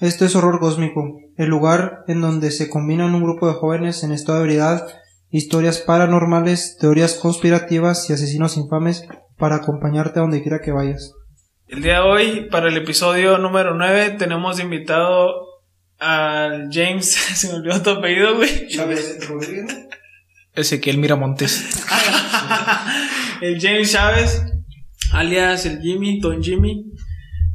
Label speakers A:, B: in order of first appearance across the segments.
A: Esto es horror cósmico, el lugar en donde se combinan un grupo de jóvenes en estado de ebriedad, historias paranormales, teorías conspirativas y asesinos infames para acompañarte a donde quiera que vayas.
B: El día de hoy, para el episodio número 9, tenemos invitado al James, se me olvidó tu apellido, güey.
A: Chávez Rodríguez.
C: Ezequiel Miramontes.
B: el James Chávez, alias el Jimmy, Don Jimmy,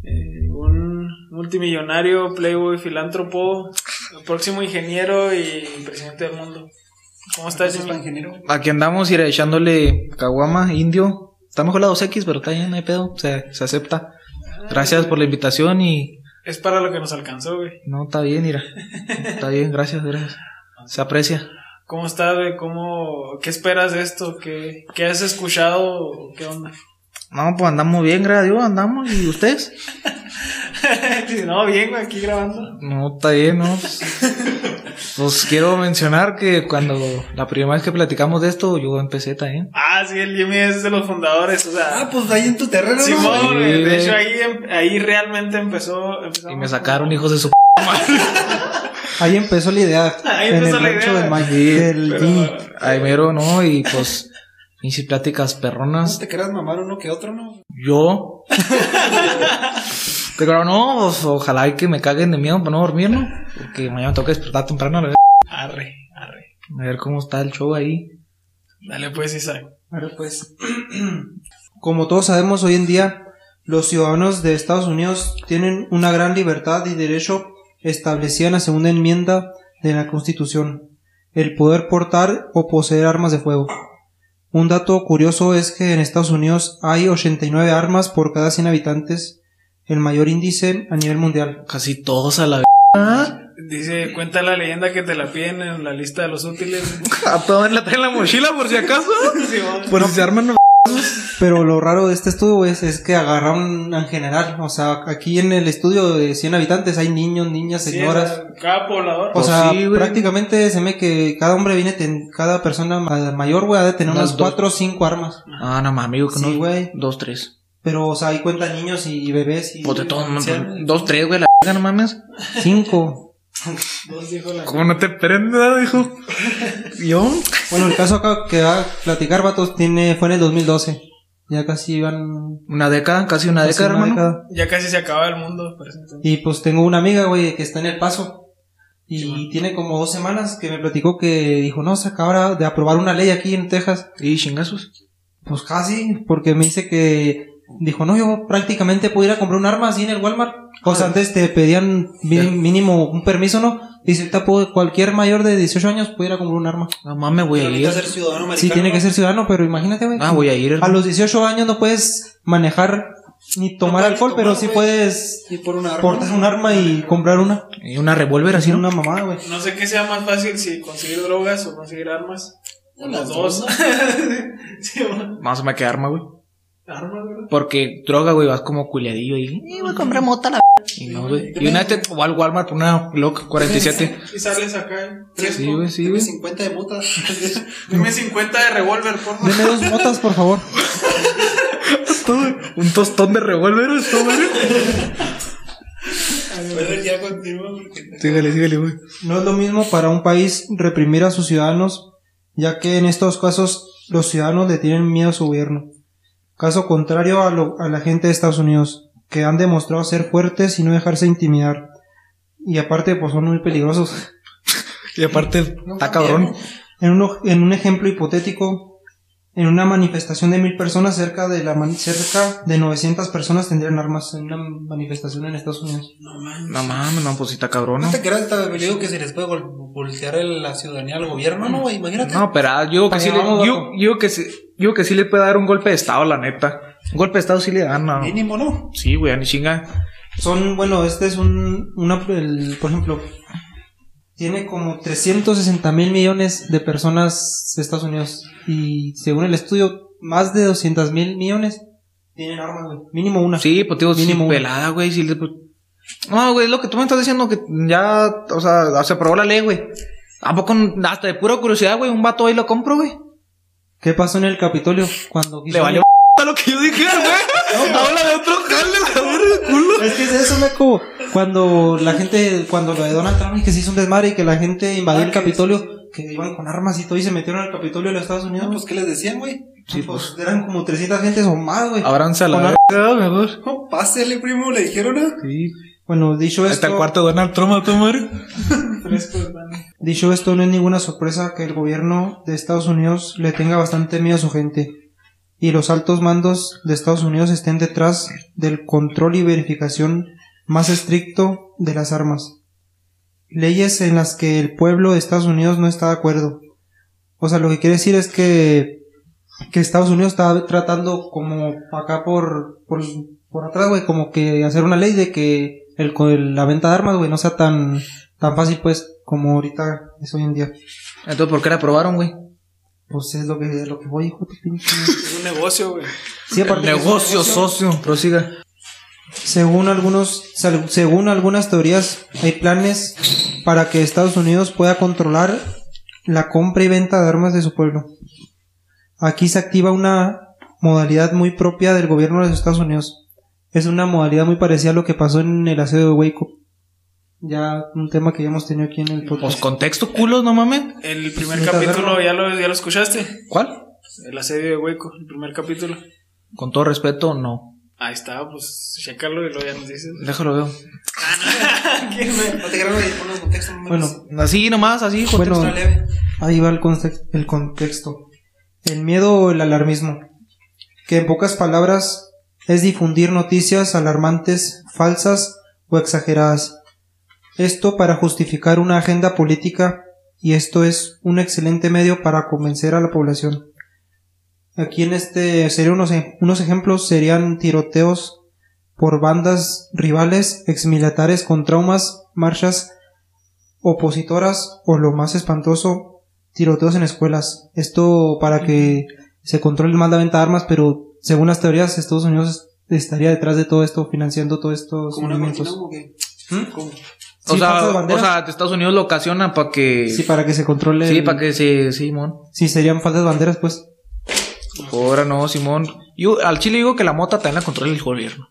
B: eh, un multimillonario, playboy, filántropo, próximo ingeniero y presidente del mundo. ¿Cómo estás, Jimmy?
A: ingeniero?
C: Aquí andamos, ir echándole caguama, indio. Está mejor la 2X, pero está bien, no hay pedo. Se, se acepta. Gracias por la invitación y.
B: Es para lo que nos alcanzó, güey.
C: No, está bien, mira. Está bien, gracias, gracias. Se aprecia.
B: ¿Cómo estás, güey? ¿Cómo, ¿Qué esperas de esto? ¿Qué, qué has escuchado? ¿Qué onda?
C: No, pues andamos bien, gracias a Dios, andamos. ¿Y ustedes?
B: Dice, no, bien, güey, aquí grabando.
C: No, está bien, ¿no? Pues quiero mencionar que cuando la primera vez que platicamos de esto, yo empecé también.
B: Ah, sí, el Jimmy es de los fundadores, o sea.
A: Ah, pues ahí en tu terreno, ¿no?
B: Simón,
C: Sí,
B: güey, de
C: güey.
B: hecho ahí, em- ahí realmente empezó.
C: Y
B: empezamos
C: me sacaron hijos de su
A: Ahí empezó la idea.
B: Ahí
A: en
B: empezó
A: el
B: la
A: rancho
B: idea.
A: del Mike.
C: Sí,
A: del
B: pero-
A: Jimmy.
C: Ay, mero, ¿no? Y pues, mis pláticas perronas.
A: te quieras mamar uno que otro, ¿no?
C: Yo. Pero no, pues, ojalá y que me caguen de miedo para no dormir, ¿no? Porque mañana tengo que despertar temprano a ver,
B: Arre, arre.
C: a ver cómo está el show ahí.
B: Dale pues, Isaac.
A: Ahora pues, como todos sabemos hoy en día, los ciudadanos de Estados Unidos tienen una gran libertad y derecho establecida en la segunda enmienda de la Constitución, el poder portar o poseer armas de fuego. Un dato curioso es que en Estados Unidos hay 89 armas por cada 100 habitantes, el mayor índice a nivel mundial.
C: Casi todos a la vez. Ah,
B: Dice, cuenta la leyenda que te la piden en la lista de los útiles.
C: A todos la traen la mochila por si acaso.
B: Simón.
C: Por si se arman los-
A: Pero lo raro de este estudio es, es que agarraron en general, o sea, aquí en el estudio de 100 habitantes hay niños, niñas,
B: Sí,
A: señoras.
B: o sea, Cada poblador.
A: O
C: Pues
A: sea,
C: sí, güey.
A: prácticamente se me que cada hombre viene, ten- cada persona ma- mayor, güey, ha de tener
C: Unas
A: unas
C: dos.
A: cuatro o cinco armas.
C: Ah, no mames, amigo, que
A: Sí,
C: no.
A: güey.
C: Dos, tres.
A: Pero, o sea, ahí cuentan niños y bebés y...
C: Pues de todo,
B: Sí.
C: Dos, tres, güey, la verga, no mames.
A: Cinco.
B: Dos dijo la-
C: ¿Cómo no te prendas, dijo? Yo.
A: Bueno, el caso acá que va a platicar, vatos, tiene, fue en el 2012. Ya casi iban...
C: Una década, casi una
A: casi
C: década,
A: una
C: hermano.
A: década.
B: Ya casi se acaba el mundo. por eso entonces.
A: Y pues tengo una amiga, güey, que está en El Paso. Y
B: Sí, bueno.
A: tiene como dos semanas que me platicó que dijo, no, se acaba de aprobar una ley aquí en Texas.
C: Y chingazos.
A: Pues casi, porque me dice que dijo, no, yo prácticamente puedo ir a comprar un arma así en el Walmart. O sea, antes te pedían mi-
C: Ya.
A: mínimo un permiso, ¿no? Dice, ahorita puedo- cualquier mayor de 18 años puede ir a comprar un arma.
C: No mames, voy a ir.
D: Ah,
A: Sí, tiene que ser ciudadano, pero imagínate, güey.
C: Ah, voy a ir.
A: A
C: hermano.
A: los 18 años no puedes manejar ni tomar
D: puedes
A: alcohol,
D: tomar,
A: pero sí
D: güey.
A: puedes
D: Y por una arma.
A: portar un arma y comprar una.
C: Y una revólver así,
A: Hacer
C: ¿no?
A: una mamada, güey.
B: No sé qué sea más fácil si conseguir drogas o conseguir armas. O
D: Las
B: Las dos. Sí, bueno.
C: Más me quedar arma, güey.
B: Armas, ¿verdad?
C: Porque droga, güey, vas como culiadillo y eh, voy a comprar mota la b-". Y no, güey. Y una vez te va al Walmart por una Glock 47.
B: Y sales acá. fresco.
C: Sí, güey, sí,
D: Tiene
C: güey.
D: 50 de motas.
B: Dime 50 de revólver, por favor.
A: Deme dos motas, por favor.
C: Un tostón de revólver, esto, güey.
D: Pero ya continúa porque-
C: Sígale, sígale, güey.
A: No es lo mismo para un país reprimir a sus ciudadanos, ya que en estos casos los ciudadanos le tienen miedo a su gobierno. Caso contrario a, lo- a la gente de Estados Unidos, que han demostrado ser fuertes y no dejarse intimidar. Y aparte, pues son muy peligrosos.
C: Y aparte, está cabrón.
A: En, uno- en un ejemplo hipotético, en una manifestación de mil personas, cerca de, la man- cerca de 900 personas tendrían armas en una manifestación en Estados Unidos.
D: No mames.
C: No mames, no, pues sí está cabrón, ¿no?
D: No te creas hasta le digo que se les puede vol- voltear el- la ciudadanía al gobierno, ¿no? güey? Imagínate.
C: No, pero ah, yo digo que sí le,
A: Vamos,
C: yo,
A: vato.
C: yo digo que sí, yo digo que sí le puede dar un golpe de estado, la neta. Un golpe de estado sí le dan, ¿no?
D: Mínimo, ¿no?
C: Sí, güey, ni chinga.
A: Son, bueno, este es un, una, el- por ejemplo, tiene como 360 mil millones de personas de Estados Unidos y según el estudio, más de 200 mil millones tienen armas, güey. Mínimo una.
C: Sí, pues digo, sí,
A: Mínimo.
C: pelada, güey. Sí, le- pues, No, güey, es lo que tú me estás diciendo, que ya, o sea, se aprobó la ley, güey. ¿A poco, n- hasta de pura curiosidad, güey, un vato ahí lo compro, güey?
A: ¿Qué pasó en el Capitolio cuando
C: Le
A: quiso-
C: valió lo que yo dije, güey. Habla de otro jale, la verga, culo.
A: es que es eso, loco. Cuando la gente, cuando lo de Donald Trump y que se hizo un desmadre y que la gente invadió
C: Ah,
A: el Capitolio, que iban con armas y todo y se metieron al Capitolio de los Estados Unidos,
D: No, pues, ¿qué les decían, güey?
A: Sí, pues, eran como 300 gentes o más, güey.
C: Abranza
A: Con
C: la
A: ar-
C: verga, mejor.
D: No, pásele, primo, le dijeron, ¿ah?
C: Sí.
A: Bueno, dicho
C: Hasta el
A: esto,
C: cuarto de Donald Trump a tomar.
B: Fresco, hermano.
A: dicho esto, no es ninguna sorpresa que el gobierno de Estados Unidos le tenga bastante miedo a su gente y los altos mandos de Estados Unidos estén detrás del control y verificación más estricto de las armas. Leyes en las que el pueblo de Estados Unidos no está de acuerdo. O sea, lo que quiere decir es que, que Estados Unidos está tratando como acá por, por, por atrás, güey, como que hacer una ley de que el, co- el- la venta de armas, güey, no sea tan, tan fácil, pues, como ahorita es hoy en día.
C: Entonces, ¿por qué la aprobaron, güey?
A: Pues es lo que, lo que voy, hijo de pinche.
B: Es un negocio, güey.
A: Sí, aparte que es un
C: Negocio, socio. Prosiga.
A: Según algunos, sal- según algunas teorías, hay planes para que Estados Unidos pueda controlar la compra y venta de armas de su pueblo. Aquí se activa una modalidad muy propia del gobierno de los Estados Unidos. Es una modalidad muy parecida a lo que pasó en el aseo de Waco. Ya un tema que ya hemos tenido aquí en el
C: Pues
A: podcast.
C: contexto, culos, no mames.
B: El primer
A: Neta,
B: capítulo,
A: verlo.
B: ¿ya lo, ¿ya lo escuchaste?
C: ¿Cuál?
B: El asedio de Hueco, el primer capítulo.
C: Con todo respeto, no.
B: Ahí está, pues, checarlo y luego ya nos dices.
C: Déjalo veo.
D: No te creas, güey, ponlos en contexto,
B: Pues,
D: no
A: Bueno,
D: mames.
C: Así nomás, así, contexto.
A: Bueno,
D: Está leve.
A: Ahí va el, context- el contexto. El miedo o el alarmismo. Que en pocas palabras es difundir noticias alarmantes, falsas o exageradas. Esto para justificar una agenda política y esto es un excelente medio para convencer a la población. Aquí en este sería unos, ej- unos ejemplos serían tiroteos por bandas rivales, exmilitares con traumas, marchas opositoras o lo más espantoso, tiroteos en escuelas. Esto para que se controle más la venta de armas, pero según las teorías, Estados Unidos estaría detrás de todo esto, financiando todos estos
D: Como una
A: movimientos.
D: cortina, como que. Como-
C: o,
A: Sí,
C: sea,
A: falsas
C: o
A: banderas.
C: sea, de Estados Unidos lo ocasiona para que.
A: Sí,
C: Sí,
A: para que se controle. el-
C: para que se. Simón.
A: Sí, serían falsas banderas, pues.
C: Ahora no, Simón. Yo al chile digo que la mota también la controla el gobierno.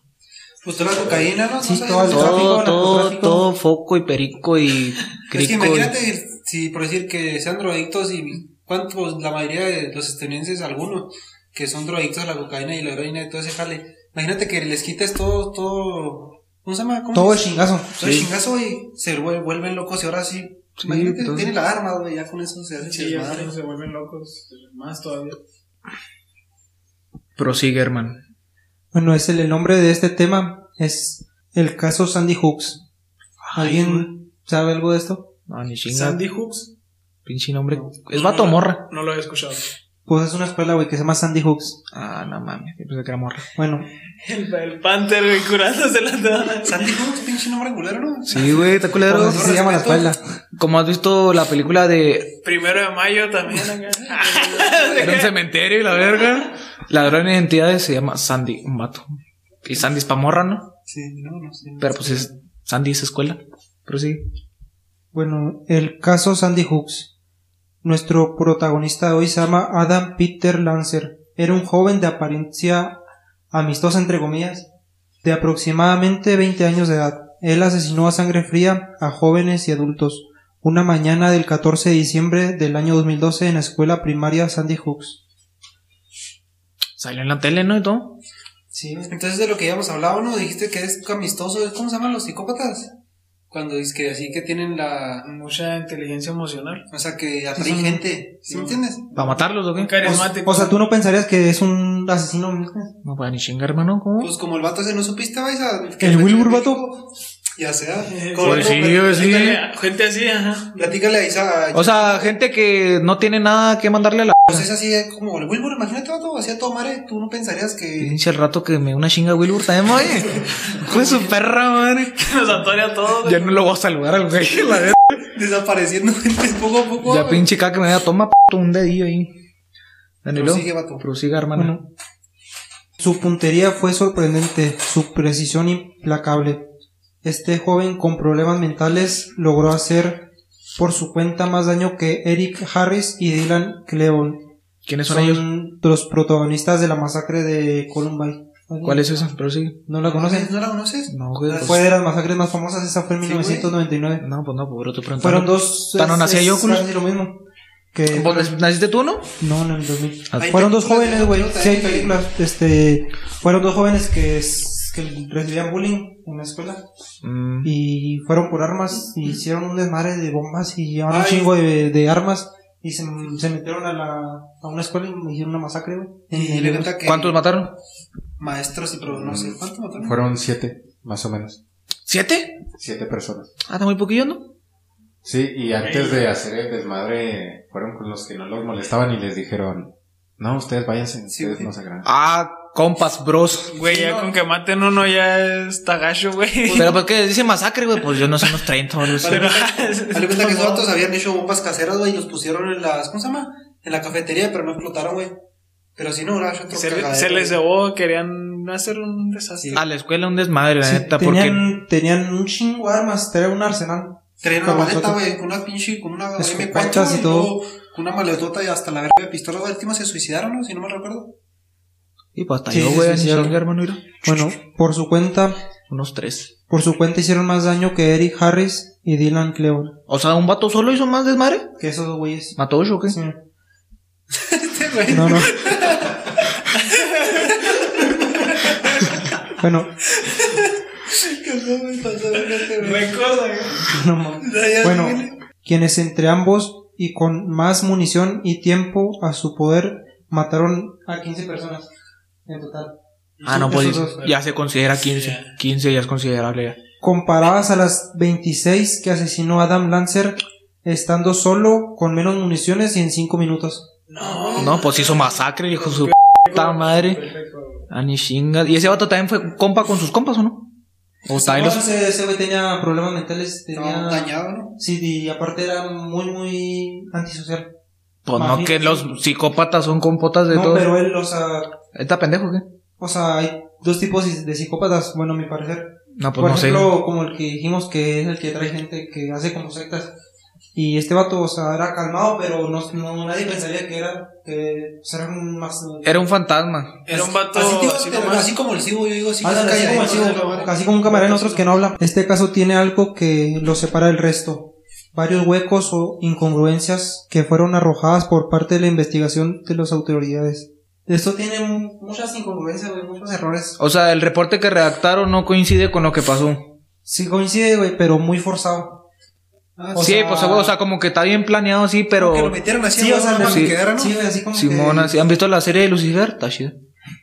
D: Pues toda la cocaína, ¿no?
A: Sí,
D: No sé,
A: todo el
D: es que
A: tráfico,
C: Todo, todo,
A: narcotráfico.
C: todo, foco y perico y crico. y-
D: imagínate si por decir que sean drogadictos y cuántos, la mayoría de los estadounidenses, algunos, que son drogadictos a la cocaína y la heroína y todo ese jale. Imagínate que les quites todo, todo, ¿cómo se llama? ¿Cómo
A: Todo el
D: se dice?
A: chingazo.
D: Todo el
C: Sí.
D: chingazo y se vuel- vuelven locos y ahora sí.
C: Sí,
D: Imagínate,
C: todo.
D: tiene la arma, güey, ya con eso se hace
B: Sí, ya
D: desmadre.
B: se vuelven locos, más todavía.
C: Prosigue, hermano.
A: Bueno, es el, el nombre de este tema es el caso Sandy Hooks. ¿Alguien sabe algo de esto?
C: No, ni chinga.
B: Sandy Hooks,
C: Pinche nombre. ¿Es
B: No,
C: vato o
B: no.
C: morra?
B: no lo había escuchado.
A: Pues es una escuela, güey, que se llama Sandy Hooks.
C: Ah, no mames. Yo pensé que era morra.
A: Bueno,
B: El, el Panther güey, curándose la dona.
D: Santi Hooks, pinche nombre culero, ¿no?
C: Sí, güey, está
A: pues
C: culero.
A: así se llama la
D: respeto.
A: escuela.
C: Como has visto la película de.
B: Primero de mayo también acá.
C: Era un cementerio y la verga. Ladrón de identidades se llama Sandy, un vato. Y Sandy es pa' morra, ¿no?
D: Sí, no, no sé.
C: Pero pues es. Sandy es escuela. Prosigue.
A: Bueno, el caso Sandy Hooks. Nuestro protagonista de hoy se llama Adam Peter Lancer. Era un joven de apariencia amistosa, entre comillas, de aproximadamente 20 años de edad. Él asesinó a sangre fría a jóvenes y adultos una mañana del 14 de diciembre del año 2012 en la escuela primaria Sandy Hooks.
C: Salió en la tele, ¿no? Y todo.
A: Sí,
D: Entonces de lo que ya hemos hablado, ¿no? Dijiste que es amistoso, ¿cómo se llaman los psicópatas? Cuando dices que así que tienen la...
B: Mucha inteligencia emocional.
D: O sea, que atraen
A: Sí, son-
D: gente, ¿sí me entiendes?
C: ¿Para matarlos o qué?
B: Carismático.
A: O sea, tú no pensarías que es un asesino.
C: No, para ni chingar, hermano. ¿Cómo?
D: Pues como el vato ese no supiste, vais a...
A: ¿El Wilbur
D: vato? Ya sea. Como
C: Pues
D: el vato,
C: sí,
D: pero-
C: sí.
B: Gente así, ajá.
D: Platícale ahí a...
C: o sea, gente que no tiene nada que mandarle a la.
D: Pues es así eh, como el Wilbur, imagínate, vato, hacía todo madre, tú no pensarías que...
C: Pinche el rato que me una chinga Wilbur también, oye. Fue su perra, madre.
B: Nos atore a todos.
C: Ya no lo voy a saludar al güey, la verga.
D: Desapareciendo gente poco a poco.
C: Ya
D: güey.
C: pinche cada que me vea, toma p un dedillo ahí. Danilo.
D: Prosigue, vato.
C: Prosiga, hermano.
A: Bueno, su puntería fue sorprendente, su precisión implacable. Este joven con problemas mentales logró hacer por su cuenta más daño que Eric Harris y Dylan Cleon.
C: ¿Quiénes son, ellos?
A: Son los protagonistas de la masacre de Columbine.
C: ¿Cuál es esa? Pero sí.
A: ¿No la conocen?
D: ¿No la conoces?
C: No, güey. pues-
A: Fue de las masacres más famosas, esa fue en
D: Sí, güey.
A: 1999.
C: no, pues no, pues tú preguntas.
A: Fueron dos.
C: Tan no nacía yo, culo.
A: casi lo mismo. Que,
C: Eh, ¿Naciste tú, no?
A: no, en el 2000.
C: Ah,
D: Hay
A: Fueron dos
D: películas de
A: jóvenes, güey.
D: Toyota
A: Sí, hay
D: ahí.
A: películas. Este, fueron dos jóvenes que, s- que recibían bullying en la escuela.
C: Mm.
A: Y fueron por armas y hicieron un desmadre de bombas y llevaron un
D: Ay.
A: chingo de, de armas. Y se, se metieron a, la, a una escuela y hicieron una masacre, güey.
D: Y le cuenta que
C: ¿Cuántos mataron?
D: maestros y pro, no sé,
A: Mm.
D: ¿cuántos mataron?
A: Pues,
E: Fueron siete, más o menos.
C: ¿Siete?
E: Siete personas.
C: Ah, está muy poquillo, ¿no?
E: Sí, y antes de hacer el desmadre, fueron con los que no los molestaban y les dijeron, no, ustedes váyanse,
D: Sí,
E: ustedes
D: güey.
E: no se agradan.
C: Ah, compas, bros.
B: Güey, ya con que maten uno ya es tagacho, güey.
C: Pero ¿por qué dice masacre, güey? Pues yo no sé, unos 30 o algo así.
B: Pero-
D: Dale cuenta que esos vatos habían hecho bombas caseras, güey, y los pusieron en las, ¿cómo se llama? En la cafetería, pero no explotaron, güey. Pero si no, hubiera hecho otro
B: se, le-
D: cagadero,
B: se les
D: güey.
B: llevó, querían hacer un desastre.
C: A la escuela un desmadre, la
A: Sí,
C: neta, porque...
A: tenían, tenían un chingo de armas, tenían un arsenal.
D: Traían una
A: Con
D: maleta,
A: nosotros.
D: güey, con una pinche, con una
A: Escopetas
D: M4
A: y
D: y
A: todo.
D: todo, con una maletota y hasta la verga de pistola, güey, última se suicidaron, ¿no? Si no me recuerdo.
C: Y pues hasta
A: Sí,
C: yo,
A: sí,
C: güey,
A: sí,
C: ni
A: cierto.
C: chingue, hermano, mira.
A: Bueno, por su cuenta,
C: Unos tres.
A: por su cuenta hicieron más daño que Eric Harris y Dylan Cleon.
C: O sea, ¿un vato solo hizo más desmadre?
A: Que esos dos güeyes.
C: ¿Mató ocho o qué?
A: Sí. No, no. bueno,
D: Que no me pasó, fíjate, güey.
B: Recuerda,
A: no mames.
D: Ya,
A: Bueno,
D: güey.
A: quienes entre ambos y con más munición y tiempo a su poder mataron a 15 personas en total.
C: Ah, no, pues
A: Esos dos.
C: ya se considera 15. 15 ya es considerable ya.
A: Comparadas a las 26 que asesinó Adam Lancer estando solo con menos municiones y en 5 minutos.
C: No, pues hizo masacre, hijo de su puta madre. Ah, ni chingas. ¿Y ese vato también fue compa con sus compas o no? O también
A: No,
C: los...
A: ese, ese güey tenía problemas mentales, tenía...
D: No, dañado, ¿no?
A: Sí, y aparte era muy, muy antisocial.
C: Pues no, que los psicópatas son compotas de
A: No,
C: todo.
A: pero él, o sea,
C: ¿Está pendejo o qué?
A: o sea, hay dos tipos de psicópatas, bueno, a mi parecer.
C: No, pues
A: Por
C: no sé.
A: ejemplo, como el que dijimos que es el que trae gente que hace como sectas. Y este vato, o sea, era calmado, pero no, no- nadie pensaría que era, que pues, era un más...
C: Era un fantasma.
B: Era un vato
D: así, te-
B: así
D: pero
B: nomás.
D: así como el Cibo, yo digo, así,
A: Ah,
D: que
A: así, como,
D: calladito,
A: así,
D: de
A: como-
D: la verga.
A: así como un camarada de nosotros que no habla. Este caso tiene algo que lo separa del resto. Varios huecos o incongruencias que fueron arrojadas por parte de la investigación de las autoridades. Esto tiene mu- muchas incongruencias, güey, muchos errores.
C: O sea, el reporte que redactaron no coincide con lo que pasó.
A: Sí coincide, güey, pero muy forzado. O
C: sí,
A: sea-
C: pues, güey, o sea, como que está bien planeado, sí, pero...
D: Que lo metieron así,
A: Sí, o sea,
D: para
A: sí,
D: que quedara, ¿no?
A: sí, güey, así como que-
C: Simona, ¿sí? ¿han visto la serie de Lucifer? Está chida.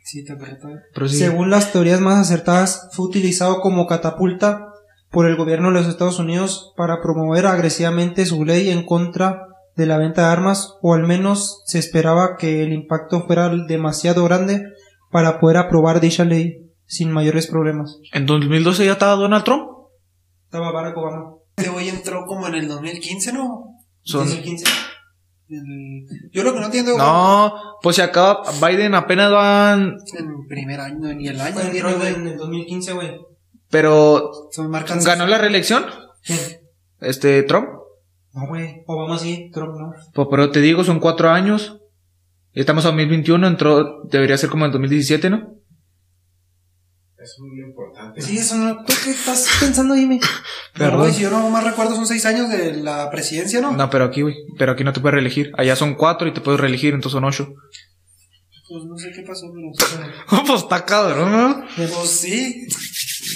D: Sí, te acuerdo.
C: Pero sí.
A: Según las teorías más acertadas, fue utilizado como catapulta por el gobierno de los Estados Unidos para promover agresivamente su ley en contra de la venta de armas, o al menos se esperaba que el impacto fuera demasiado grande para poder aprobar dicha ley sin mayores problemas.
C: ¿En 2012 ya estaba Donald Trump?
A: Estaba Barack Obama.
D: Este güey entró como en el 2015, ¿no?
C: Son-
A: 2015.
D: El- Yo lo que no entiendo,
C: No, pues se acaba... Biden apenas van...
D: güey, en primer año, ni el año,
A: Fue en-
D: dieron, güey.
A: en el 2015, güey.
C: Pero...
D: Son marcas-
C: ¿Ganó la reelección?
A: ¿Quién?
C: Este, Trump.
A: No, güey. Obama sí, Trump no.
C: Pues, pero te digo, son cuatro años. Y Estamos a 2021, entró... Debería ser como en 2017, ¿no?
E: Es muy importante.
A: Sí, eso no. ¿Tú qué estás pensando, Jimmy?
D: No,
C: Perdón.
D: güey, si yo no más recuerdo, son seis años de la presidencia, ¿no?
C: No, pero aquí, güey. Pero aquí no te puedes reelegir. Allá son cuatro y te puedes reelegir, entonces son ocho.
D: Pues no sé qué pasó, pero...
C: pues está cabrón, ¿no?
D: pues sí.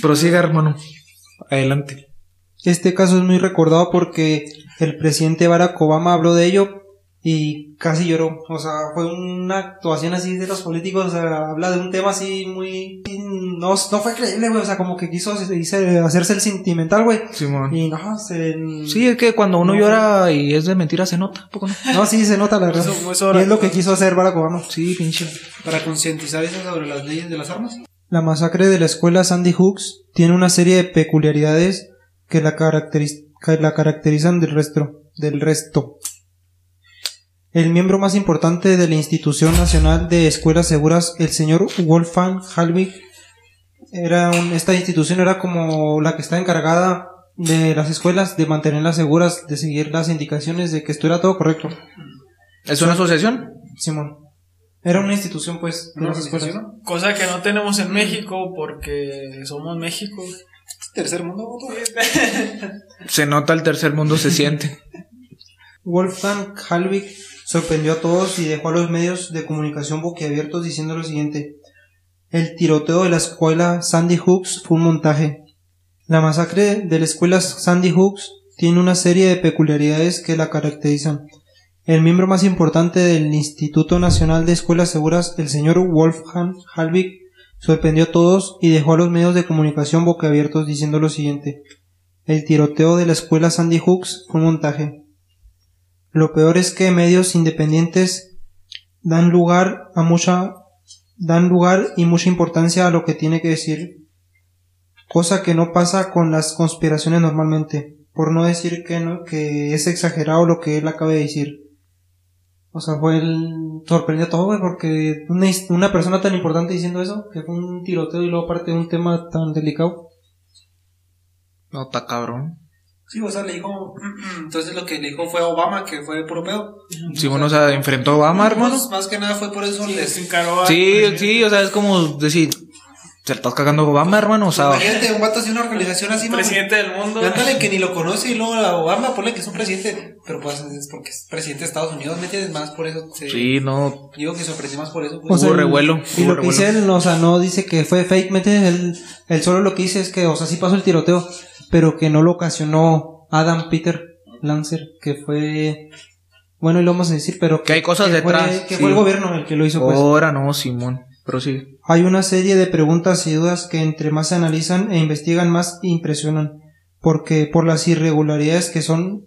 C: Prosiga, hermano. Adelante.
A: Este caso es muy recordado porque el presidente Barack Obama habló de ello y casi lloró. O sea, fue una actuación así de los políticos. O sea, habla de un tema así muy. No, no fue creíble, güey. O sea, como que quiso se dice, hacerse el sentimental, güey.
C: Simón.
A: Y no, se.
C: Sí, es que cuando uno
A: No.
C: llora y es de mentira se nota, ¿a poco no?
A: No, sí, se nota la verdad.
B: Eso- eso
A: Y es lo que
B: ahora-
A: quiso hacer Barack Obama.
C: Sí, pinche.
D: Para concientizar eso sobre las leyes de las armas.
A: La masacre de la escuela Sandy Hooks tiene una serie de peculiaridades que la, caracteriz- que la caracterizan del resto, del resto. El miembro más importante de la Institución Nacional de Escuelas Seguras, el señor Wolfgang Halbig, era un- esta institución era como la que está encargada de las escuelas, de mantenerlas seguras, de seguir las indicaciones de que estuviera todo correcto.
C: ¿Es una asociación?
A: Simón. Era una institución, pues. de
D: ¿No
A: las
D: se
A: escuelas.
D: funciona?
B: Cosa que no tenemos en México porque somos México.
D: Tercer mundo, vato.
C: Se nota el tercer mundo, se siente.
A: Wolfgang Halbig sorprendió a todos y dejó a los medios de comunicación boquiabiertos diciendo lo siguiente. El tiroteo de la escuela Sandy Hooks fue un montaje. La masacre de la escuela Sandy Hooks tiene una serie de peculiaridades que la caracterizan. El miembro más importante del Instituto Nacional de Escuelas Seguras, el señor Wolfgang Halbig, sorprendió a todos y dejó a los medios de comunicación boquiabiertos diciendo lo siguiente. El tiroteo de la escuela Sandy Hooks fue un montaje. Lo peor es que medios independientes dan lugar a mucha dan lugar y mucha importancia a lo que tiene que decir, cosa que no pasa con las conspiraciones normalmente, por no decir que no, que es exagerado lo que él acaba de decir. O sea, fue el sorprendió a todo, güey, porque una, his- una persona tan importante diciendo eso, que fue un tiroteo y luego aparte de un tema tan delicado.
C: No, está cabrón.
D: Sí, o sea, le dijo. "Mm, Entonces lo que le dijo fue a Obama, que fue puro pedo.
C: Si uno se enfrentó a Obama, hermano.
D: Más, más que nada fue por eso les.
B: Se encaró a-
C: Sí, sí, o sea, es como decir, se estás cagando a Obama, hermano. O sea,
D: Imagínate, un vato de una organización así, mamá.
B: presidente del mundo.
D: Ándale, que ni lo conoce y luego a Obama, ponle que es un presidente. Pero pues es porque es presidente de Estados Unidos, ¿me entiendes? Más por eso. se-
C: sí, no.
D: Digo que sorprendí más por eso. pues.
A: O sea,
C: Hubo revuelo,
A: Y
C: hubo
A: lo que dice él, o sea, no dice que fue fake, ¿me entiendes? Él, él solo lo que dice es que, o sea, sí pasó el tiroteo, pero que no lo ocasionó Adam Peter Lancer, que fue, bueno, y lo vamos a decir, pero
C: Que hay cosas
A: que fue-
C: detrás.
A: que
C: sí.
A: fue el gobierno el que lo hizo, pues.
C: Ahora no, Simón. Pero sí.
A: Hay una serie de preguntas y dudas que entre más se analizan e investigan más impresionan, porque por las irregularidades que son,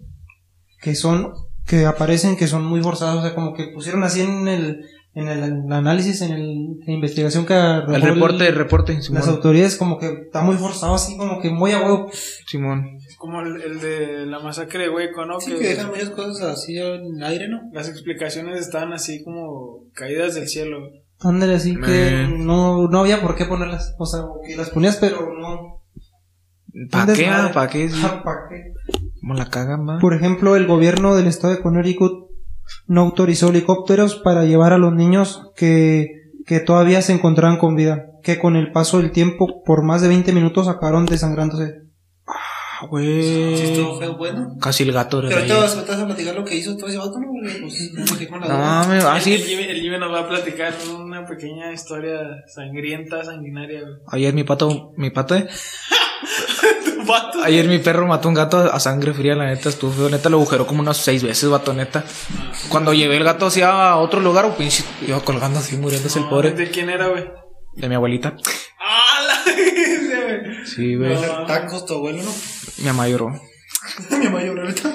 A: que son, que aparecen, que son muy forzadas, o sea, como que pusieron así en el, en el análisis, en el- la investigación que arrojó
C: El
A: el-
C: reporte, el reporte, Simón.
A: las autoridades como que está muy forzado así, como que muy a huevo.
C: Simón.
B: Como el, el de la masacre de Hueco, ¿no?
D: Sí,
B: que
D: que dejan muchas cosas así en aire, ¿no?
B: las explicaciones estaban así como caídas del cielo.
A: Ándale, así que
C: Man.
A: no, no había por qué ponerlas. O sea, o que las ponías, pero no.
C: ¿Para
A: Un
C: qué?
A: desmadre. Pues,
C: ah? ¿Para qué? Sí.
A: Ah, ¿pa' qué?
C: ¿Cómo la cagan, ma?
A: Por ejemplo, el gobierno del estado de Connecticut no autorizó helicópteros para llevar a los niños que, que todavía se encontraban con vida, que con el paso del tiempo, por más de 20 minutos, acabaron desangrándose.
C: Ah, güey.
D: Sí, estuvo feo, bueno.
C: Casi el gato de
D: Pero ahorita
C: ahí.
D: vas, vas a platicar lo que hizo todo ese vato, ¿no? Porque, Pues, no me quedé con la
C: No
D: duda.
C: mames, ah,
B: el, el
C: sí.
B: Jimmy, el Jimmy nos va a platicar una pequeña historia sangrienta, sanguinaria. güey.
C: Ayer mi pato, mi pato, eh.
B: Tu vato.
C: Ayer mi perro mató un gato a sangre fría, la neta, estuvo feo. Neta, lo agujeró como unas seis veces, vato, neta. Cuando llevé el gato hacia a otro lugar, un pinche, iba colgando así, muriéndose el pobre.
B: ¿De quién era, güey?
C: De mi abuelita.
B: ¡Ah, la güey!
C: Sí, güey.
B: No.
D: Tacos, tu abuelo, ¿no?
C: Mi mamá lloró.
D: Mi mayor ahorita.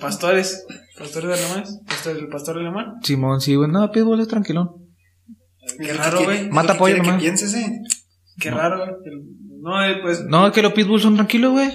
B: Pastores. Pastores alemanes. Pastor, el pastor alemán.
C: Simón, sí, güey. No, pido es tranquilón.
B: Qué raro, güey.
C: Mata pollo
D: que
C: nomás.
D: pienses, ¿eh?
B: Qué raro, güey. El- No, eh, pues.
C: No, es que los pitbulls son tranquilos, güey.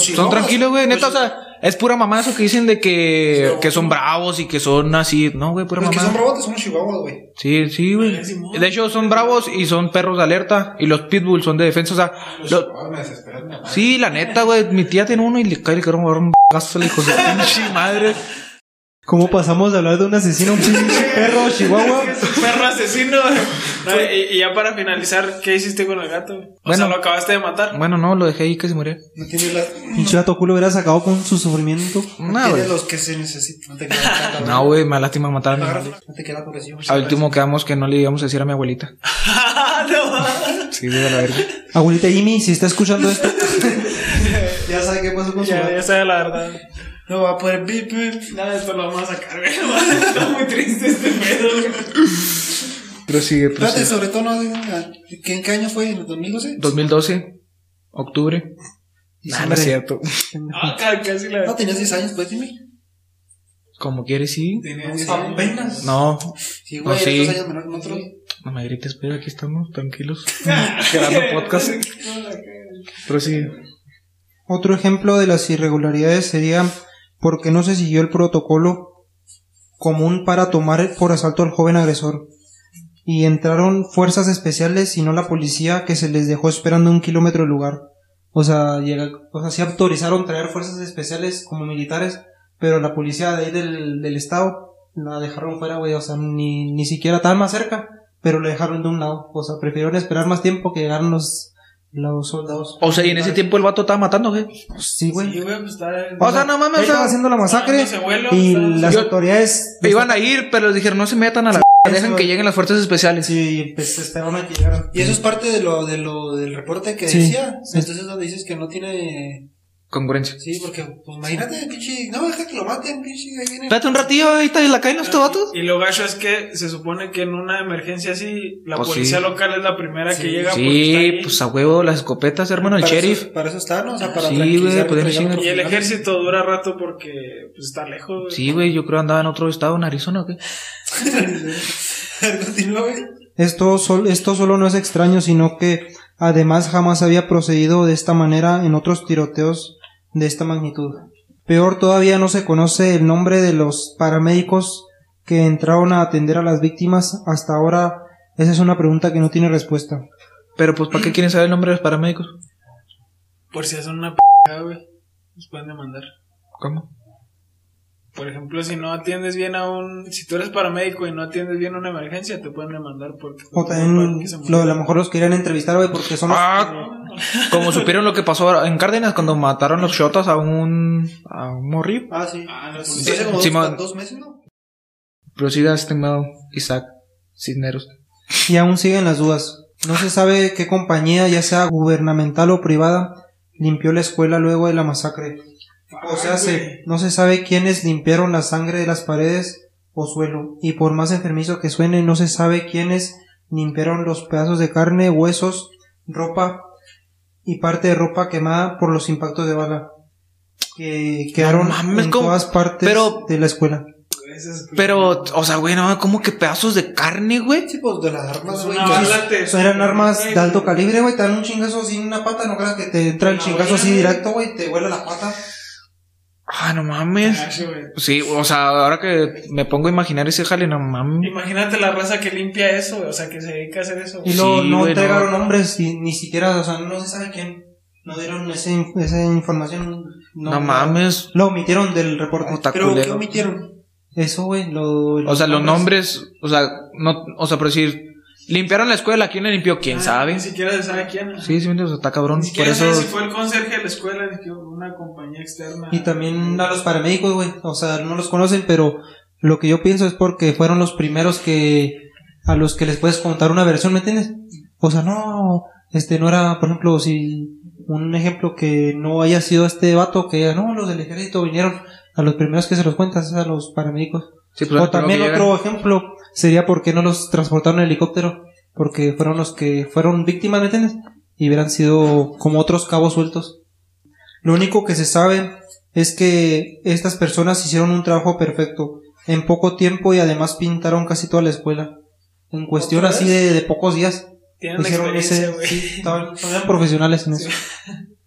C: Son
D: chicos,
C: tranquilos, güey.
D: pues
C: Neta, o sea, es pura mamá eso que dicen de que, que son bravos y que son así. No, güey, pura
D: Los que
C: mamá.
D: son robots son los chihuahuas, güey.
C: Sí, sí, güey.
B: Simón.
C: De hecho, son bravos y son perros de alerta. Y los pitbulls son de defensa. O sea, lo-
E: Oh, me desesperó mi mamá.
C: sí, la neta, güey. Mi tía tiene uno y le cae el carro a un gasto hijo de pinche madre.
A: ¿Cómo pasamos de hablar de un asesino, a un pinche perro, chihuahua?
B: Es un perro asesino. güey. No, y, y ya para finalizar, ¿qué hiciste con el gato? güey? O
C: Bueno.
B: sea, lo acabaste de matar.
C: Bueno, no, lo dejé ahí que se murió.
D: No tiene, las-
A: Pinche gato culo hubiera sacado con su sufrimiento.
C: No,
D: tiene
C: güey.
D: los que se necesitan. No te queda
C: No, güey, me da lástima matar a mi madre.
D: No te queda pues, pobrecillo.
C: Al último quedamos que no le íbamos a decir a mi abuelita.
B: no.
C: Sí, de la verga.
A: Abuelita Jimmy, si está escuchando esto, ya sabe qué pasó con su
B: Ya,
A: gato.
B: ya sabes la verdad.
D: No va a poder pip,
C: Pues
D: pip.
B: Nada, esto lo vamos a sacar, güey. Está muy triste este pedo, güey.
C: Prosigue,
D: Espérate,
C: prosigue.
D: sobre todo, no, ¿qué, ¿en qué año fue? ¿En el 2012?
C: 2012, octubre. Nah, no
A: Diciembre.
C: es cierto.
B: Ah, ca- casi la
D: No, tenías 10 años, pues, dime.
C: Como quieres, sí.
B: Tenía
D: No,
B: diez años.
D: Apenas.
C: No,
D: Sí, güey,
C: No, sí.
D: dos años menor que nosotros.
C: no me grites, pero aquí estamos, tranquilos. Grabando podcast. Prosigue.
A: Otro ejemplo de las irregularidades sería porque no se siguió el protocolo común para tomar por asalto al joven agresor. Y entraron fuerzas especiales y no la policía que se les dejó esperando un kilómetro del lugar. O sea, llega, o sea, sí autorizaron traer fuerzas especiales como militares, pero la policía de ahí del, del estado la dejaron fuera, güey, o sea, ni, ni siquiera estaban más cerca, pero la dejaron de un lado, o sea, prefirieron esperar más tiempo que llegaran los, los soldados.
C: O sea, y en ese tiempo el vato estaba matando, ¿eh? ¿qué?
A: Pues sí, güey.
B: Sí, güey, pues está.
C: O sea, no mames,
A: Ahí
C: o
A: estaba
C: sea,
A: haciendo la masacre
B: Ese vuelo,
A: y
B: estaba-
A: las
C: Yo-
A: autoridades
C: iban a ir, pero les dijeron, no se metan a la
A: Sí,
C: dejen
A: eso-
C: que lleguen las fuerzas especiales.
A: sí, pues esperaron a que llegaran.
D: Y eso es parte de lo, de lo, del reporte que
A: Sí,
D: decía.
A: sí.
D: Entonces, donde dices que no tiene.
C: Congruencia.
D: Sí, porque, pues imagínate, pinche. No, deja que lo maten, pinche. Ahí viene.
C: Espérate un ratillo, ahorita y la caen estos vatos.
B: Y lo gacho es que se supone que en una emergencia así, la
C: Pues
B: policía
C: sí.
B: local es la primera que llega. porque
C: Sí,
B: está
C: pues a huevo, las escopetas, hermano, el
D: Para
C: sheriff.
D: eso- para eso está, ¿no? O sea, para
C: Sí,
D: tranquilizar,
C: güey, pues,
D: entregar
C: chinga.
D: otro
B: ahí. Y el
D: final.
B: ejército dura rato porque pues, está lejos. güey.
C: Sí, güey, yo creo andaba en otro estado, en Arizona, ¿o qué?
D: A ver, continúa, güey.
A: Esto, sol- esto solo no es extraño, sino que además jamás había procedido de esta manera en otros tiroteos de esta magnitud. Peor todavía no se conoce el nombre de los paramédicos que entraron a atender a las víctimas. Hasta ahora esa es una pregunta que no tiene respuesta.
C: Pero pues, ¿para qué quieren saber el nombre de los paramédicos?
B: Por si hacen una p, güey. Nos pueden demandar.
C: ¿Cómo?
B: Por ejemplo, si no atiendes bien a un. Si tú eres paramédico y no atiendes bien una emergencia, te pueden demandar porque.
A: O
B: porque
A: también
B: se murió.
A: lo, a lo mejor los querían entrevistar, güey, porque son... los-
C: Ah, como supieron lo que pasó en Cárdenas cuando mataron los shotas a un, a un morrillo.
D: Ah, sí.
B: Ah, la
D: Sí,
B: policía.
D: hace como
C: Simón.
D: dos, dos meses, ¿no?
C: Prosiga, estimado Isaac Cisneros.
A: y aún siguen las dudas. No se sabe qué compañía, ya sea gubernamental o privada, limpió la escuela luego de la masacre. O sea, se- no se sabe quiénes limpiaron la sangre de las paredes o suelo. Y por más enfermizo que suene, no se sabe quiénes limpiaron los pedazos de carne, huesos, ropa y parte de ropa quemada por los impactos de bala. Que quedaron
C: mames,
A: en
C: ¿cómo?
A: todas partes
C: Pero-
A: de la escuela.
B: Ese es-
C: Pero, o sea, güey, no, como que pedazos de carne, güey.
D: Sí, pues de las armas,
B: Pues
D: güey.
B: una
D: que-
B: bala te-
A: O sea, eran armas de alto calibre, güey. Te dan un chingazo sin una pata. No creas que te entra el
B: No,
A: chingazo así
B: güey.
A: directo, güey. Te vuela la pata.
C: Ah, no mames.
B: Gacho, güey.
C: Sí, o sea, ahora que me pongo a imaginar ese jale, no mames.
B: Imagínate la raza que limpia eso, güey, o sea, que se dedica a hacer eso.
A: Y
C: Sí,
A: luego no
C: güey,
A: entregaron
C: no.
A: nombres y ni siquiera, o sea, no se sabe quién. No dieron ese in- esa información.
C: No, mames.
A: Lo omitieron del reporte.
C: Está
D: Pero, ¿qué
C: culero.
D: omitieron?
A: Eso, güey. Lo,
C: O sea, los nombres, o sea, no, o sea, por decir, limpiaron la escuela, ¿quién la limpió? ¿Quién
B: Ah,
C: sabe?
B: Ni siquiera se sabe quién.
C: Sí, sí, o sea, está cabrón.
B: Ni
C: Por
B: siquiera
C: eso,
B: sabe si fue el conserje de la escuela, ni que una compañía externa.
A: Y también a los paramédicos, güey. O sea, no los conocen, pero lo que yo pienso es porque fueron los primeros que a los que les puedes contar una versión, ¿me entiendes? O sea, no, este no era, por ejemplo, si un ejemplo que no haya sido este vato que no, los del ejército vinieron a los primeros que se los cuentas es a los paramédicos.
C: sí, pues,
A: o también
C: lo que
A: otro ejemplo sería porque no los transportaron en helicóptero, porque fueron los que fueron víctimas, ¿me entiendes? Y hubieran sido como otros cabos sueltos. Lo único que se sabe es que estas personas hicieron un trabajo perfecto en poco tiempo y además pintaron casi toda la escuela. En cuestión
B: ¿Otra
A: así de, de pocos días.
B: Tienen
A: Hicieron
B: experiencia,
A: ese,
B: güey.
A: sí, estaban, estaban profesionales en eso.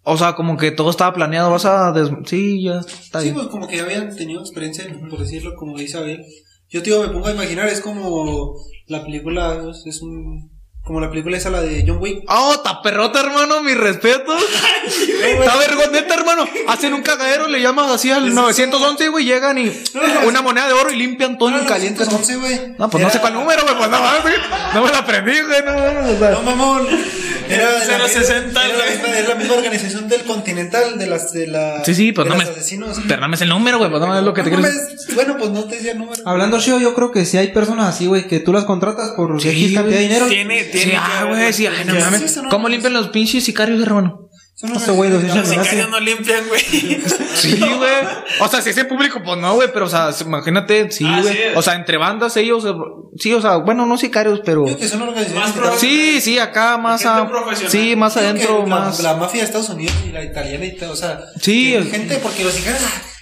C: O sea, como que todo estaba planeado, vas a... des- Sí, ya está
D: Sí,
C: bien.
D: pues como que ya habían tenido experiencia, por decirlo, como dice Abel. Yo, tío, me pongo a imaginar, es como la película, es un... Como la película esa, la de John Wick.
C: ¡Oh, está perrota, hermano! ¡Mi respeto! ¡Está vergoneta, hermano! Hacen un cagadero, le llamas así al 911, güey, llegan y... Una moneda de oro y limpian todo en caliente. hermano.
D: 11, güey.
C: No, pues no
D: Era-
C: sé cuál número, güey, pues no mames, güey. No me la aprendí, güey, no mames, o sea.
D: No, mamón. Era de la-
B: 060,
D: era la
B: güey.
D: misma- Es la misma organización del Continental, de las... De la,
C: Sí, sí, pues
D: de
C: no
D: las
C: me-
D: asesinos.
C: Ternames el número, güey, pues no es lo que te Ah,
D: No
C: quieres...
D: mames, Bueno, pues no te decía el número.
A: Hablando yo, yo creo que si hay personas así, güey, que tú las contratas por
C: Sí,
A: X cantidad de
C: güey.
A: dinero.
B: Tiene, tiene.
C: Sí,
B: que
C: ah,
B: haber-
C: güey, sí, ay, no
D: Ya,
C: mames.
D: sí, eso no-
C: ¿Cómo limpian los pinches sicarios, hermano?
D: Son
C: pues,
A: Ese güey, 200
D: organizaciones-
B: Los sicarios no limpian, güey.
C: Sí, güey. O sea, si es en público, pues no, güey. Pero, o sea, imagínate, sí,
B: Ah,
C: güey.
B: sí es.
C: o sea, entre bandas ellos. eh, Sí, o sea, bueno, no sicarios, pero.
D: Yo que son organizaciones
B: Más
D: que están-
C: Sí, sí, acá más
B: Gente
C: a-
B: profesional.
C: Sí, más
D: Creo
C: adentro,
D: que la,
C: más.
D: La mafia de Estados Unidos y la italiana y todo, o sea.
C: Sí,
D: que
C: el-
D: Gente, porque los hijos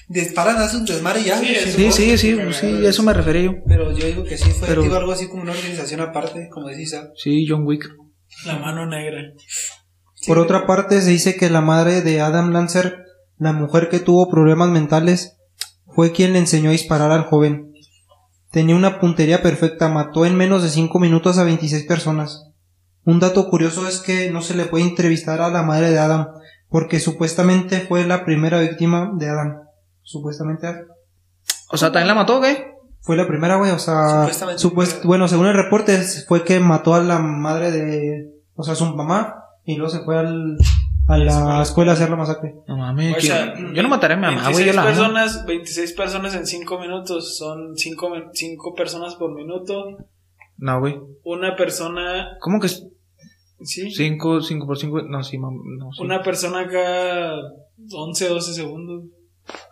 D: disparan, hacen un desmadre y ya.
B: Sí,
D: sí.
C: Sí, sí, sí, pues, sí, a eso me refería yo.
D: Pero yo digo que sí, fue
C: Pero-
D: activo algo así como una organización aparte, como decís, ah,
C: Sí, John Wick.
B: La mano negra.
A: Por otra parte, se dice que la madre de Adam Lancer, la mujer que tuvo problemas mentales, fue quien le enseñó a disparar al joven. Tenía una puntería perfecta, mató en menos de 5 minutos a 26 personas. Un dato curioso es que no se le puede entrevistar a la madre de Adam, porque supuestamente fue la primera víctima de Adam. Supuestamente.
C: O sea, también la mató, güey.
A: fue la primera, güey, o sea,
D: Supuestamente.
A: supuest- bueno, según el reporte fue que mató a la madre de, o sea, su mamá y luego se fue al, a la escuela a hacer la masacre.
C: No mames,
B: O
C: Eh, que-
B: sea,
C: yo no mataré a mi mamá, güey, yo
B: 26
C: la amo.
B: personas, 26 personas en 5 minutos, son 5 cinco, cinco personas por minuto,
C: No, güey.
B: una persona,
C: ¿Cómo que
B: sí,
C: 5, 5 por 5? No, sí, mam, no, sí.
B: una persona cada 11, 12 segundos.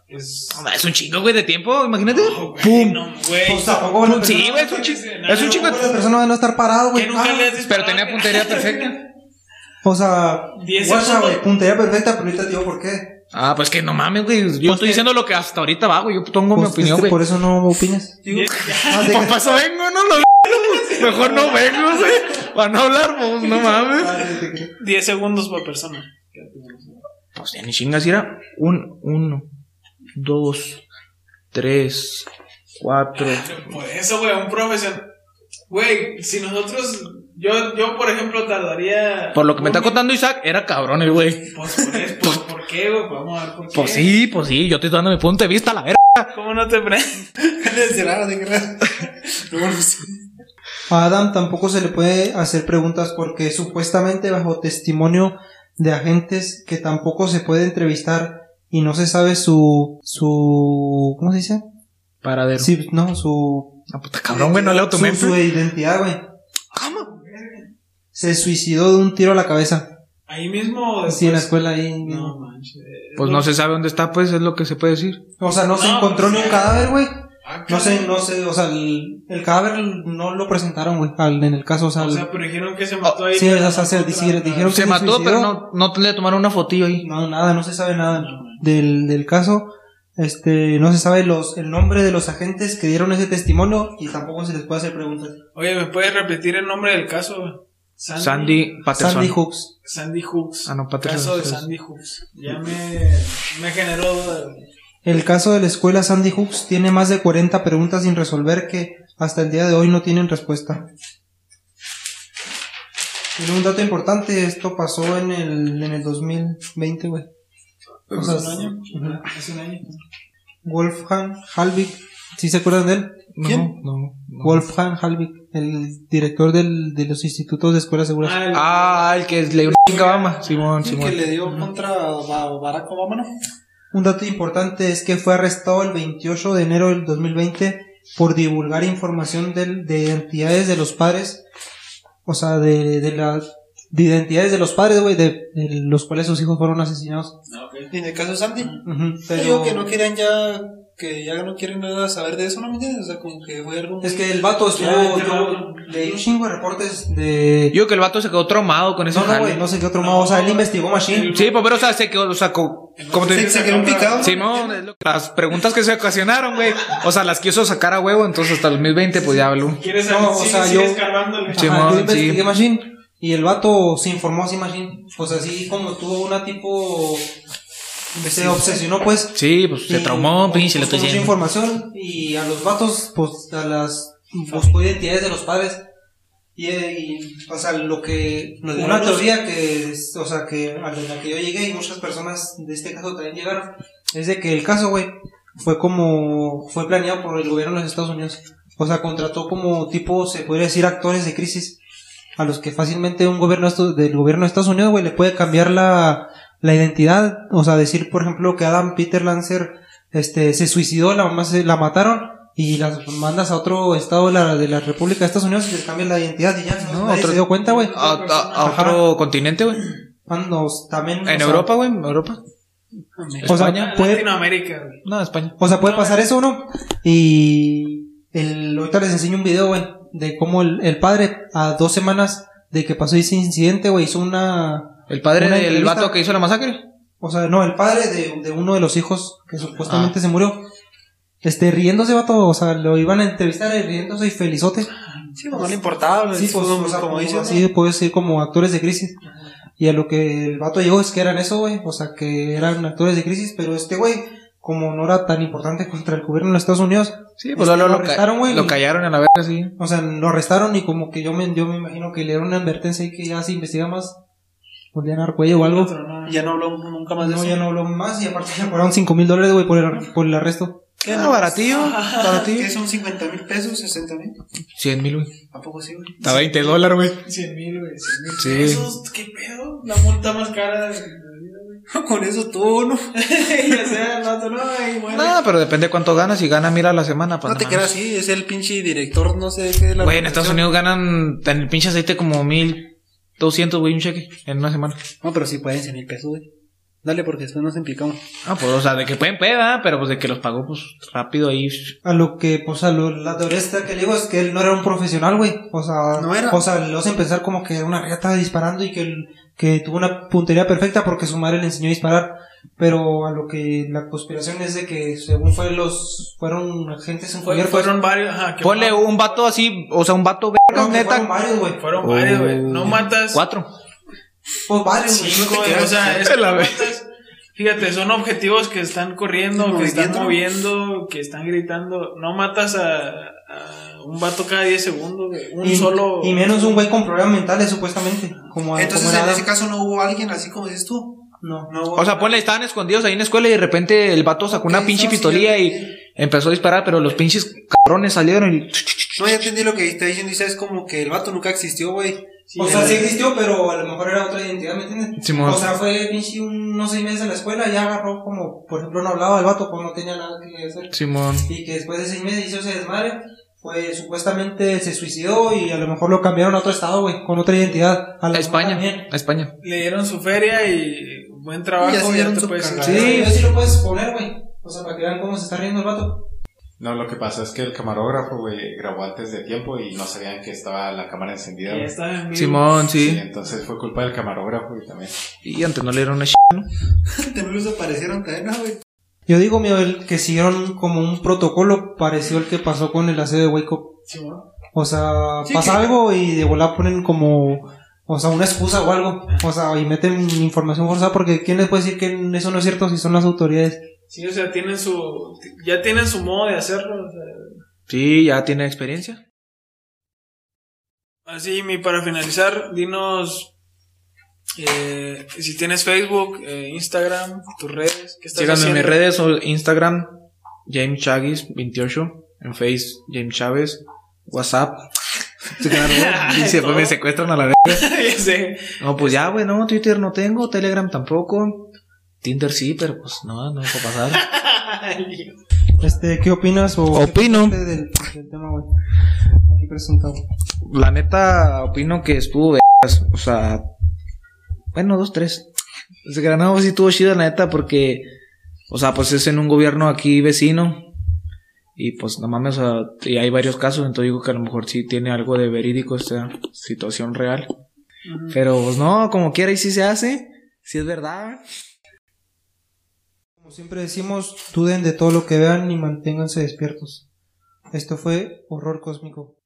B: Es...
C: No, Es un chingo, güey, de tiempo, imagínate.
B: No, güey,
C: ¡Pum!
B: no, güey.
A: O sea, tampoco van a
C: Sí,
A: pensar-
C: güey, es un chingo. Es un chingo.
A: tampoco las personas van a estar paradas, güey.
B: Que nunca
A: Ah,
B: le has
C: Pero
B: disparado,
C: tenía
B: que-
C: puntería perfecta.
A: O sea,
B: Diez
A: guacha,
B: segundos.
A: güey, puntería perfecta, pero ahorita te digo por qué.
C: Ah, pues que no mames, güey. Yo estoy diciendo lo que hasta ahorita va, güey. Yo pongo mi
A: Pues,
C: opinión,
A: este,
C: güey.
A: por eso no opinas. Ah, de-
C: Por paso vengo, no lo Mejor no vengo, güey. Para no hablar, pues, no mames.
A: Ah, de- de-
B: 10 segundos por persona.
C: Pues ya ni chingas, era un, uno, dos, tres, cuatro.
B: Por eso, güey, un profesional. Güey, si nosotros. Yo, yo, por ejemplo, tardaría.
C: Por lo que me está
B: un-
C: contando Isaac, era cabrón el güey.
B: Pues, por, eso, pues, ¿por qué, güey? Vamos a ver por qué.
C: Pues sí, pues sí, yo te estoy dando mi punto de vista, la verga.
B: ¿Cómo no te prendes?
D: Cerrar, de cerrar. Pero bueno, sí.
A: A Adam tampoco se le puede hacer preguntas porque supuestamente bajo testimonio de agentes que tampoco se puede entrevistar y no se sabe su su ¿cómo se dice?
C: Paradero.
A: Sí, no, su
C: Ah, puta cabrón, güey, no leo tu
A: su,
C: mente.
A: su identidad, güey. Se suicidó de un tiro a la cabeza.
B: Ahí mismo. después-
A: Así en la escuela ahí.
B: pues, No, manches. eh,
C: Pues no se sabe dónde está, pues es lo que se puede decir.
A: O sea, no, se
B: No,
A: encontró
B: pues,
A: ni un
B: sí.
A: cadáver, güey.
B: Ah,
A: No sé,
B: cabrón.
A: no sé, o sea, el, el cadáver no lo presentaron, güey, al- en el caso, o sea,
B: O
A: el-
B: sea, pero dijeron que se
C: Oh,
B: mató ahí.
A: sí, o sea, se
B: Otra-
A: dijeron- dijeron-
C: Se
A: se
C: mató,
A: suicidó?
C: pero no, no le tomaron una fotillo ahí.
A: No, nada, no se sabe nada del, del caso. Este, no se sabe los, el nombre de los agentes que dieron ese testimonio y tampoco se les puede hacer preguntas.
B: Oye, ¿me puedes repetir el nombre del caso, güey?
C: Sandy Patterson.
A: Sandy Hooks.
B: Sandy Hooks.
C: Ah, no, Patterson.
B: Caso de Sandy Hooks. Ya me, me generó duda.
A: El caso de la escuela Sandy Hooks tiene más de 40 preguntas sin resolver que hasta el día de hoy no tienen respuesta. Y un dato importante, esto pasó en el, en el 2020, güey. O
E: Pues,
A: sea,
B: Hace Pues, un año. Hace un año.
A: Wolfgang Halbig, ¿sí se acuerdan de él?
C: No,
A: ¿Quién?
C: no, no.
A: Wolfgang Halbig, el director del, de los institutos de escuelas seguras.
B: Ah, el-
C: Ah, el que le dio una chinga a Obama. Simón,
D: Sí, que
C: Simón.
D: le dio contra Ba- Barack Obama, ¿no?
A: Un dato importante es que fue arrestado el 28 de enero del 2020 por divulgar información del- de identidades de los padres, o sea, de, de las de identidades de los padres, güey, de, de los cuales sus hijos fueron asesinados.
B: Ah, ok.
D: En el caso de Sandy.
A: Ujú,
D: Yo
A: pero
D: digo que no querían ya, que ya no quieren nada saber de eso, ¿no me entiendes? O sea, como que fue algo. muy-
A: es que el vato estuvo,
B: Ya, ya,
A: yo
B: ya.
A: leí un chingo de reportes de...
C: Yo que el vato se quedó traumado con ese
A: no, no,
C: jale.
A: güey, no sé qué otro modo, o sea, él investigó Machine.
C: Sí, pues, pero o sea, se quedó, o sea, co- como te
D: se, se quedó picado.
C: Simón, es lo que- las preguntas que se ocasionaron, güey. O sea, las quiso sacar a huevo, entonces hasta el 2020, pues ya habló.
B: ¿Quieres
A: No,
B: saber?
A: o
B: Sí,
A: sea,
B: sigue
A: yo-
B: escarbándole.
C: Sí.
A: Ajá,
C: Simón,
A: yo investigué Machine y el vato se informó así Machine. Pues así como tuvo una tipo... Se obsesionó pues
C: Sí, pues se
A: Y,
C: traumó,
A: pues,
C: pinche, le estoy
A: con mucha
C: diciendo.
A: información y a los vatos, pues a las buscó identidades de los padres. Y, eh, y, o sea, lo que.
D: Los
A: una
D: datos.
A: teoría que, es- o sea, que a la que yo llegué y muchas personas de este caso también llegaron, es de que el caso, güey, fue como. fue planeado por el gobierno de los Estados Unidos. O sea, contrató como tipo, se podría decir, actores de crisis a los que fácilmente un gobierno estu- del gobierno de Estados Unidos, güey, le puede cambiar la, la identidad. O sea, decir, por ejemplo, que Adam Peter Lancer este, se suicidó, la mamá se la mataron y las mandas a otro estado de la, de la República de Estados Unidos y les cambian la identidad y ya no,
C: No,
A: nadie
C: otro- Ah.
A: se dio cuenta, güey.
C: A, a- a
A: Ajá.
C: otro continente, güey.
A: Cuando también... o
C: En
A: sea,
C: Europa, güey, Europa.
A: O sea,
C: España.
A: puede-
B: Ah, Latinoamérica, güey.
C: No, España.
A: O sea, puede pasar eso, ¿no? Y el, ahorita les enseño un video, güey, de cómo el, el padre, a dos semanas de que pasó ese incidente, güey, hizo una...
C: El padre
A: Una
C: del
A: entrevista.
C: vato que hizo la masacre.
A: O sea, no, el padre de, de uno de los hijos que supuestamente se murió. Este, riéndose, vato, o sea, lo iban a entrevistar y riéndose y felizote.
D: Ah, Sí, no, no le importaba.
A: Sí,
D: es
A: pues,
D: como,
A: o sea,
D: como
A: como
D: dicen,
A: así, puedes decir como actores de crisis. Y a lo que el vato llegó es que eran eso, güey. O sea, que eran actores de crisis, pero este güey, como no era tan importante contra el gobierno de los Estados Unidos,
C: Sí, pues
A: Este,
C: lo, lo,
A: lo
C: ca-
A: arrestaron, güey,
C: lo
A: y-
C: callaron a la verga, sí.
A: o sea, lo arrestaron y como que yo me, yo me imagino que le dieron una advertencia y que ya se investiga más, pues podrían dar cuello o algo.
B: Otro, no.
D: ¿no? Ya no habló nunca más de
A: No,
D: eso.
A: ya no habló más y aparte le cobraron 5 mil dólares, güey, por el, por el arresto.
C: ¿Qué era baratillo?
D: ¿Qué
C: Baratillo.
D: son 50 mil pesos? 60 mil.
C: 100 mil, güey.
D: ¿A poco sí, güey?
C: A 20 dólares, güey.
D: 100 mil, güey.
C: Sí.
B: Esos, ¿Qué pedo? La multa más cara de la vida, güey.
D: 100,000. Con eso todo, ¿no?
B: ya sea, el vato, no, ahí muere.
C: No, pero depende cuánto ganas. Si ganas, mira a la semana. pues,
D: No te
C: mames.
D: creas así, es el pinche director, no sé de qué. de la
C: Güey, en Estados
D: organización.
C: Unidos ganan en el pinche aceite como 1200, güey, un cheque en una semana.
D: No, pero sí pueden 100 mil pesos, güey. Dale, porque después nos empicamos.
C: Ah, pues, o sea, de que pueden peda, pero pues de que los pagó, pues rápido ahí.
A: A lo que, pues, a lo, la teorista que le digo es que él no era un profesional, güey. O sea,
D: No era.
A: o sea, lo hacen pensar como que era una rata disparando y que, él- que tuvo una puntería perfecta porque su madre le enseñó a disparar. Pero a lo que la conspiración es de que según fue los, fueron agentes
B: Fue-
A: encubiertos.
B: fueron varios. Ajá, que
C: Ponle
B: no-
C: un vato así, o sea, un vato verga,
A: Creo que fueron
C: neta.
A: varios, güey.
B: Fueron varios, güey. No matas.
C: Cuatro.
A: Pues varios, güey.
B: Cinco,
A: No te
B: güey, o
A: creas.
B: sea, es
C: Se
B: que
C: la
B: no
C: ve.
B: matas. Fíjate, son objetivos que están corriendo, que están moviendo, que están gritando. No matas a, a un vato cada 10 segundos, güey. Un
A: y,
B: solo.
A: y menos un güey con problemas mentales, supuestamente. Como,
D: Entonces,
A: como
D: en
A: era-
D: ese caso no hubo alguien así como dices tú.
A: No.
D: No hubo.
C: O sea, ponle, estaban escondidos ahí en la escuela y de repente el vato sacó una
D: Ok,
C: pinche
D: no, sí,
C: pistolilla
D: ya
C: y
D: entendí.
C: empezó a disparar, pero los pinches cabrones salieron y.
D: No, ya entendí lo que está diciendo. Dices como que el vato nunca existió, güey.
A: o sea, sí existió, pero a lo mejor era otra identidad, ¿me entiendes?
C: Simón.
A: O sea, fue pinche unos seis meses en la escuela, ya agarró como, por ejemplo, no hablaba el vato, pues no tenía nada que hacer.
C: Simón.
A: Y que después de seis meses hizo ese desmadre, pues supuestamente se suicidó y a lo mejor lo cambiaron a otro estado, güey, con otra identidad. A, lo
C: A
A: mejor
C: España.
A: también.
C: A España.
B: Le dieron su feria y buen trabajo.
D: Y así
B: ya
D: dieron
B: te
D: su
B: puedes
D: cagada.
A: Sí,
B: ir.
A: yo sí lo puedes poner, güey. O sea, para que vean cómo se está riendo el vato.
E: No, lo que pasa es que el camarógrafo, güey, grabó antes de tiempo y no sabían que estaba la cámara encendida.
B: Ya
E: güey.
B: está en vivo.
C: Simón,
E: Sí,
C: sí.
E: entonces fue culpa del camarógrafo y también.
C: Y antes no le dieron una ch...
D: También los aparecieron también, ¿eh? ¿no, güey.
A: Yo digo, mi Abel, que siguieron como un protocolo parecido al que pasó con el aseo de Wake Up.
B: Simón.
A: O sea,
D: Sí,
A: pasa
D: que-
A: algo y de volada ponen como, o sea, una excusa o algo. O sea, y meten información forzada porque ¿quién les puede decir que eso no es cierto si son las autoridades?
B: Sí, o sea, tienen su. Ya tienen su modo de hacerlo. o sea.
C: Sí, ya tiene experiencia.
B: Así, mi, para finalizar, dinos. eh, si tienes Facebook, eh, Instagram, tus redes, ¿qué estás
C: Síganme en mis
B: haciendo?
C: redes, o Instagram, James Chagis 28, en Face, James Chávez, WhatsApp. Se quedaron, y se fue, me secuestran a la vez.
B: Ya sé.
C: No, pues ya, güey, no, Twitter no tengo, Telegram tampoco. Tinder sí, pero pues no, no va a pasar.
A: Este, ¿qué opinas o
C: Opino.
A: qué del, del tema, güey? Aquí presentado.
C: La neta, opino que estuvo vergas, o sea, bueno, dos, tres. Ese Granado sí estuvo chida, la neta, porque, o sea, pues es en un gobierno aquí vecino. Y pues no mames, o sea, y hay varios casos, entonces digo que a lo mejor sí tiene algo de verídico esta situación real. Pero pues no, como quiera y sí se hace, sí es verdad.
A: Como siempre decimos, duden de todo lo que vean y manténganse despiertos. Esto fue Horror Cósmico.